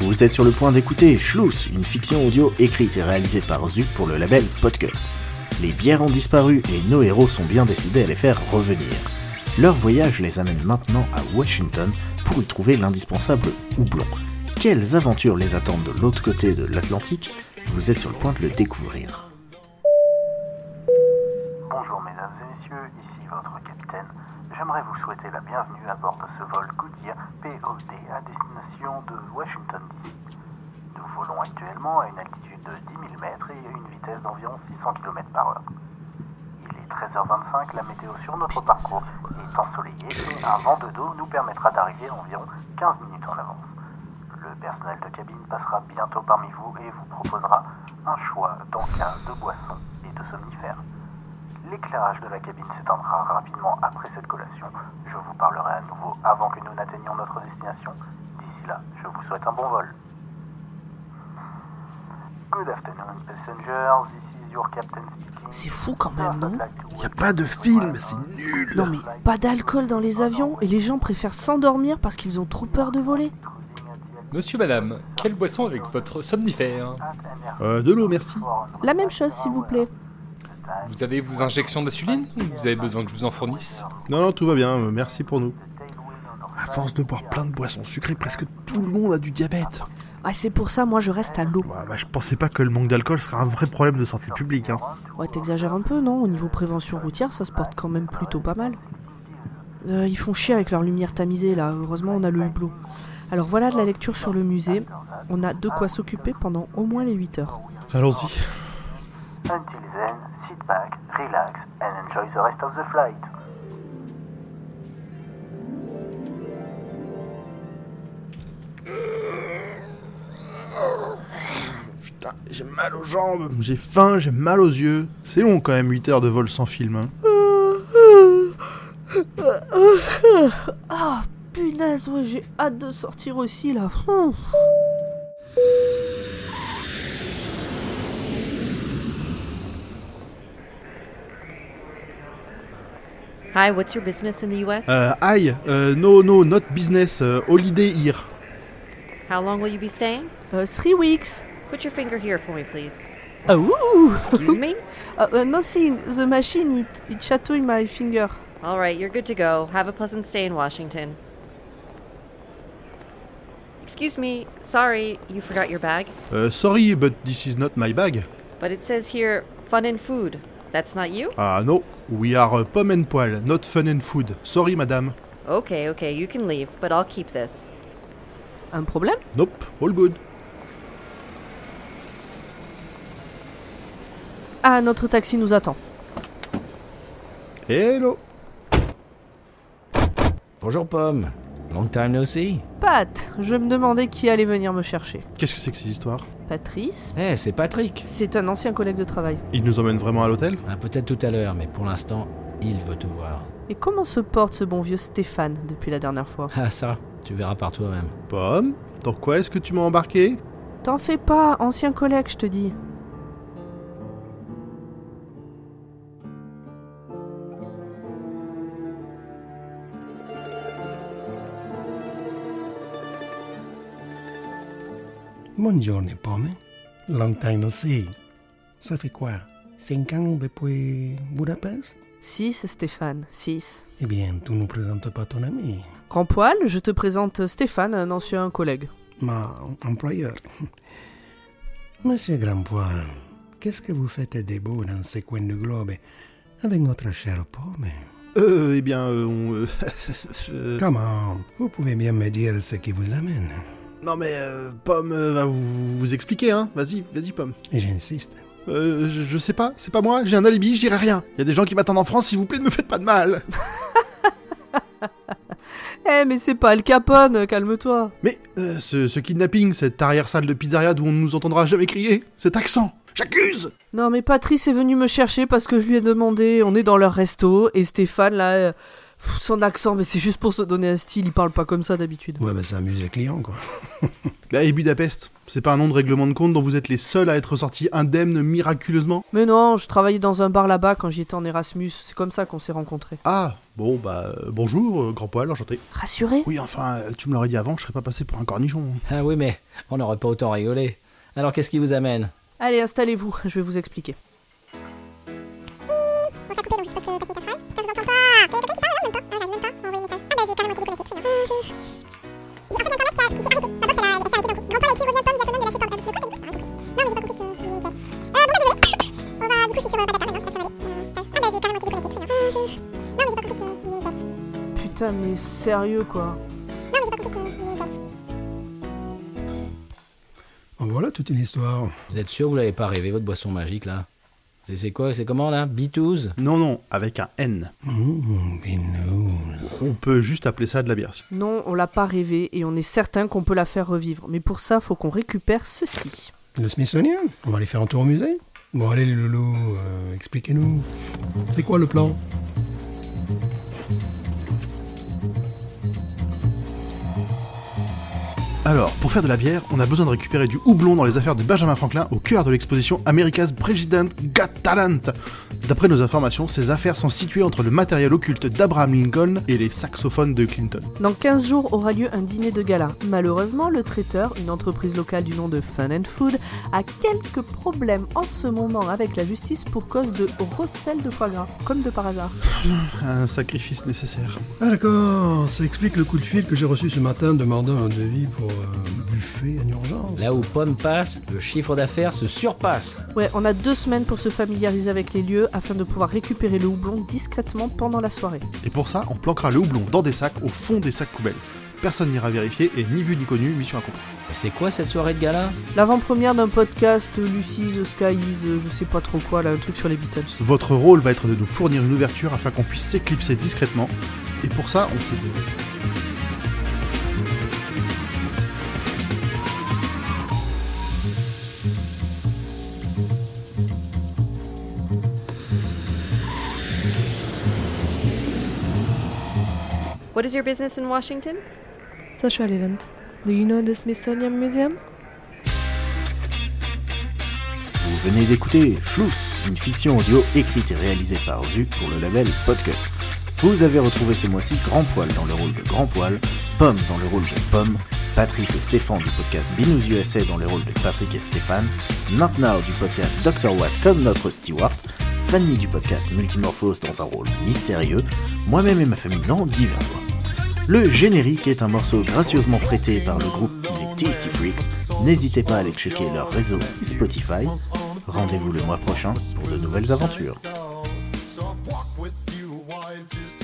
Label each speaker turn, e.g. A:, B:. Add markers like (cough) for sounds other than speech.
A: Vous êtes sur le point d'écouter Schluss, une fiction audio écrite et réalisée par Zuc pour le label Podcut. Les bières ont disparu et nos héros sont bien décidés à les faire revenir. Leur voyage les amène maintenant à Washington pour y trouver l'indispensable houblon. Quelles aventures les attendent de l'autre côté de l'Atlantique Vous êtes sur le point de le découvrir.
B: Bonjour mesdames et messieurs, ici votre capitaine. J'aimerais vous souhaiter la bienvenue à bord de ce vol Goodyear POD à destination de Washington DC. Nous volons actuellement à une altitude de 10 000 mètres et à une vitesse d'environ 600 km par heure. Il est 13h25, la météo sur notre parcours est ensoleillée et un vent de dos nous permettra d'arriver environ 15 minutes en avance. Le personnel de cabine passera bientôt parmi vous et vous proposera un choix d'encas, de boissons et de somnifères. L'éclairage de la cabine s'éteindra rapidement après cette collation. Je vous parlerai à nouveau avant que nous n'atteignions notre destination. D'ici là, je vous souhaite un bon vol. Good afternoon, passengers. This is your captain speaking.
C: C'est fou quand même, non
D: Y a pas de film, c'est nul
C: Non mais pas d'alcool dans les avions et les gens préfèrent s'endormir parce qu'ils ont trop peur de voler.
E: Monsieur, madame, quelle boisson avec votre somnifère
D: Euh, de l'eau, merci.
C: La même chose s'il vous plaît.
E: Vous avez vos injections d'insuline Vous avez besoin que je vous en fournisse
D: Non, non, tout va bien, euh, merci pour nous. À force de boire plein de boissons sucrées, presque tout le monde a du diabète.
C: Ah c'est pour ça, moi je reste à l'eau.
D: Bah, bah, je pensais pas que le manque d'alcool serait un vrai problème de santé publique. Hein.
C: Ouais, t'exagères un peu, non Au niveau prévention routière, ça se porte quand même plutôt pas mal. Euh, ils font chier avec leur lumière tamisée là, heureusement on a le hublot. Alors voilà de la lecture sur le musée, on a de quoi s'occuper pendant au moins les 8 heures.
D: Allons-y.
B: Until then, sit back, relax and enjoy the rest of the flight.
D: Putain, j'ai mal aux jambes, j'ai faim, j'ai mal aux yeux. C'est long quand même, 8 heures de vol sans film. hein.
C: Ah punaise, ouais, j'ai hâte de sortir aussi là.
F: Hi, what's your business in the US?
D: Euh, aïe, euh, no, no, not business, euh, holiday here.
F: How long will you be staying?
C: Euh, three weeks.
F: Put your finger here for me, please.
C: Ah ouh
F: Excuse me?
C: Ah, euh, Nothing, the machine, it, it chatouille my finger.
F: All right, you're good to go. Have a pleasant stay in Washington. Excuse me, sorry, you forgot your bag,
D: Euh, sorry, but this is not my bag.
F: but it says here fun and food. That's not you?
D: Ah no, we are euh, pomme and poil, not fun and food. Sorry, madame.
F: Okay, okay, you can leave, but I'll keep this.
C: Un problème
D: Nope, all good.
C: Ah, notre taxi nous attend.
D: Hello.
G: Bonjour Pomme, long time no see.
C: Pat, je me demandais qui allait venir me chercher.
D: Qu'est-ce que c'est que ces histoires
C: Patrice
G: Eh, c'est Patrick.
C: C'est un ancien collègue de travail.
D: Ils nous emmènent vraiment à l'hôtel
G: Ah, Peut-être tout à l'heure, mais pour l'instant, il veut te voir.
C: Et comment se porte ce bon vieux Stéphane depuis la dernière fois
G: Ah ça, tu verras par toi-même.
D: Pomme, dans quoi est-ce que tu m'as embarqué
C: T'en fais pas, ancien collègue, je te dis.
H: Buongiorno, Pomme. Long time no see. Ça fait quoi Cinq ans depuis Budapest
C: 6, Stéphane, 6.
H: Eh bien, tu nous présentes pas ton ami,
C: Grand poil, je te présente Stéphane, un ancien collègue.
H: ma employeur. Monsieur Grandpoil, qu'est-ce que vous faites de beau dans ce coin du globe avec notre chère Pomme
D: Euh, eh bien, euh, on... euh, (laughs) euh,
H: Comment Vous pouvez bien me dire ce qui vous amène.
D: non mais, euh, Pomme euh, va vous, vous- vous expliquer, hein. Vas-y, vas-y, Pomme.
H: Et J'insiste.
D: Euh, je, je sais pas, c'est pas moi, j'ai un alibi, je dirai rien. Il y a des gens qui m'attendent en France, s'il vous plaît, ne me faites pas de mal. (laughs)
C: Eh, mais c'est pas le Capone, calme-toi.
D: Mais euh, ce, ce kidnapping, cette arrière-salle de pizzeria d'où on ne nous entendra jamais crier, cet accent, j'accuse
C: Non, mais Patrice est venu me chercher parce que je lui ai demandé, on est dans leur resto, et Stéphane, là, euh, Pff, Son accent, mais c'est juste pour se donner un style, il parle pas comme ça d'habitude.
H: Ouais, bah ça amuse les clients, quoi.
D: Là, et Budapest, c'est pas un nom de règlement de compte dont vous êtes les seuls à être sortis indemnes miraculeusement
C: Mais non, je travaillais dans un bar là-bas quand j'étais en Erasmus, c'est comme ça qu'on s'est rencontrés.
D: Ah, bon, bah, euh, bonjour, euh, grand poil, enchanté.
C: Rassuré
D: Oui, enfin, euh, tu me l'aurais dit avant, je serais pas passé pour un cornichon.
G: Ah oui, mais on n'aurait pas autant rigolé. Alors qu'est-ce qui vous amène
C: Allez, installez-vous, (laughs) je vais vous expliquer.
I: On s'est coupé donc je suppose que personne ne parle. Putain, je vous entends pas. Mais quelqu'un qui parle là, même pas. Ah, j'arrive même pas à envoyer un message. Ah bah j'ai carrément été déconnectée. putain. Ah, je- J'ai- En fait, internet qui a- qui s'est arrêté. Ma box, elle a- elle s'est arrêtée d'un coup. Grand Paul a écrit revient pomme, diaphonome de la chez pomme. Ah, de quoi j'ai- ah, Non, mais j'ai pas compris ce que- nickel. Euh, bon, bah, désolé. On va- du coup, je suis sur, euh, Patata maintenant, ça, ça va aller. Euh, ah, ah, bah, j'ai carrément été déconnectée. Très bien. Ah, je- Non, mais j'ai pas compris ce que- nickel.
C: Putain, mais sérieux quoi.
I: Non, mais j'ai pas compris ce- nickel.
H: En voilà toute une histoire.
G: Vous êtes sûr que vous l'avez pas rêvé, votre boisson magique, là C'est c'est quoi C'est comment, là Bitouze
D: Non, non, avec un N.
H: Mmh, binouze.
D: On peut juste appeler ça de la bière. si-
C: Non, on l'a pas rêvé et on est certain qu'on peut la faire revivre. Mais pour ça, faut qu'on récupère ceci.
H: Le Smithsonian On va aller faire un tour au musée Bon, allez, les loulous, euh, expliquez-nous. C'est quoi le plan
D: Alors, pour faire de la bière, on a besoin de récupérer du houblon dans les affaires de Benjamin Franklin au cœur de l'exposition America's President Got Talent. D'après nos informations, ces affaires sont situées entre le matériel occulte d'Abraham Lincoln et les saxophones de Clinton.
C: Dans 15 jours aura lieu un dîner de gala. Malheureusement, le traiteur, une entreprise locale du nom de Fun and Food, a quelques problèmes en ce moment avec la justice pour cause de recel de foie gras, comme de par hasard.
D: Un sacrifice nécessaire.
H: Ah d'accord, ça explique le coup de fil que j'ai reçu ce matin demandant un devis pour euh, buffet en urgence.
G: Là où Pomme passe, le chiffre d'affaires se surpasse.
C: Ouais, on a deux semaines pour se familiariser avec les lieux afin de pouvoir récupérer le houblon discrètement pendant la soirée.
D: Et pour ça, on planquera le houblon dans des sacs au fond des sacs poubelles. Personne n'ira vérifier et ni vu ni connu, mission accomplie.
G: Et c'est quoi cette soirée de gala
C: L'avant-première d'un podcast euh, Lucy, The Sky is, euh, je sais pas trop quoi, là, un truc sur les Beatles.
D: Votre rôle va être de nous fournir une ouverture afin qu'on puisse s'éclipser discrètement. Et pour ça, on s'est dit.
F: What is your business in Washington?
J: Social event. Do you know the Smithsonian Museum?
A: Vous venez d'écouter Schluss, une fiction audio écrite et réalisée par Zu pour le label Podcut. Vous avez retrouvé ce mois-ci Grand Poil dans le rôle de Grand Poil, Pomme dans le rôle de Pomme, Patrice et Stéphane du podcast Binous USA dans le rôle de Patrick et Stéphane, Not Now du podcast Dr. Watt comme notre Stewart, Fanny du podcast Multimorphose dans un rôle mystérieux, moi-même et ma famille dans divers voix. Le générique est un morceau gracieusement prêté par le groupe des Tasty Freaks. N'hésitez pas à aller checker leur réseau et Spotify. Rendez-vous le mois prochain pour de nouvelles aventures.
K: Walk with you while just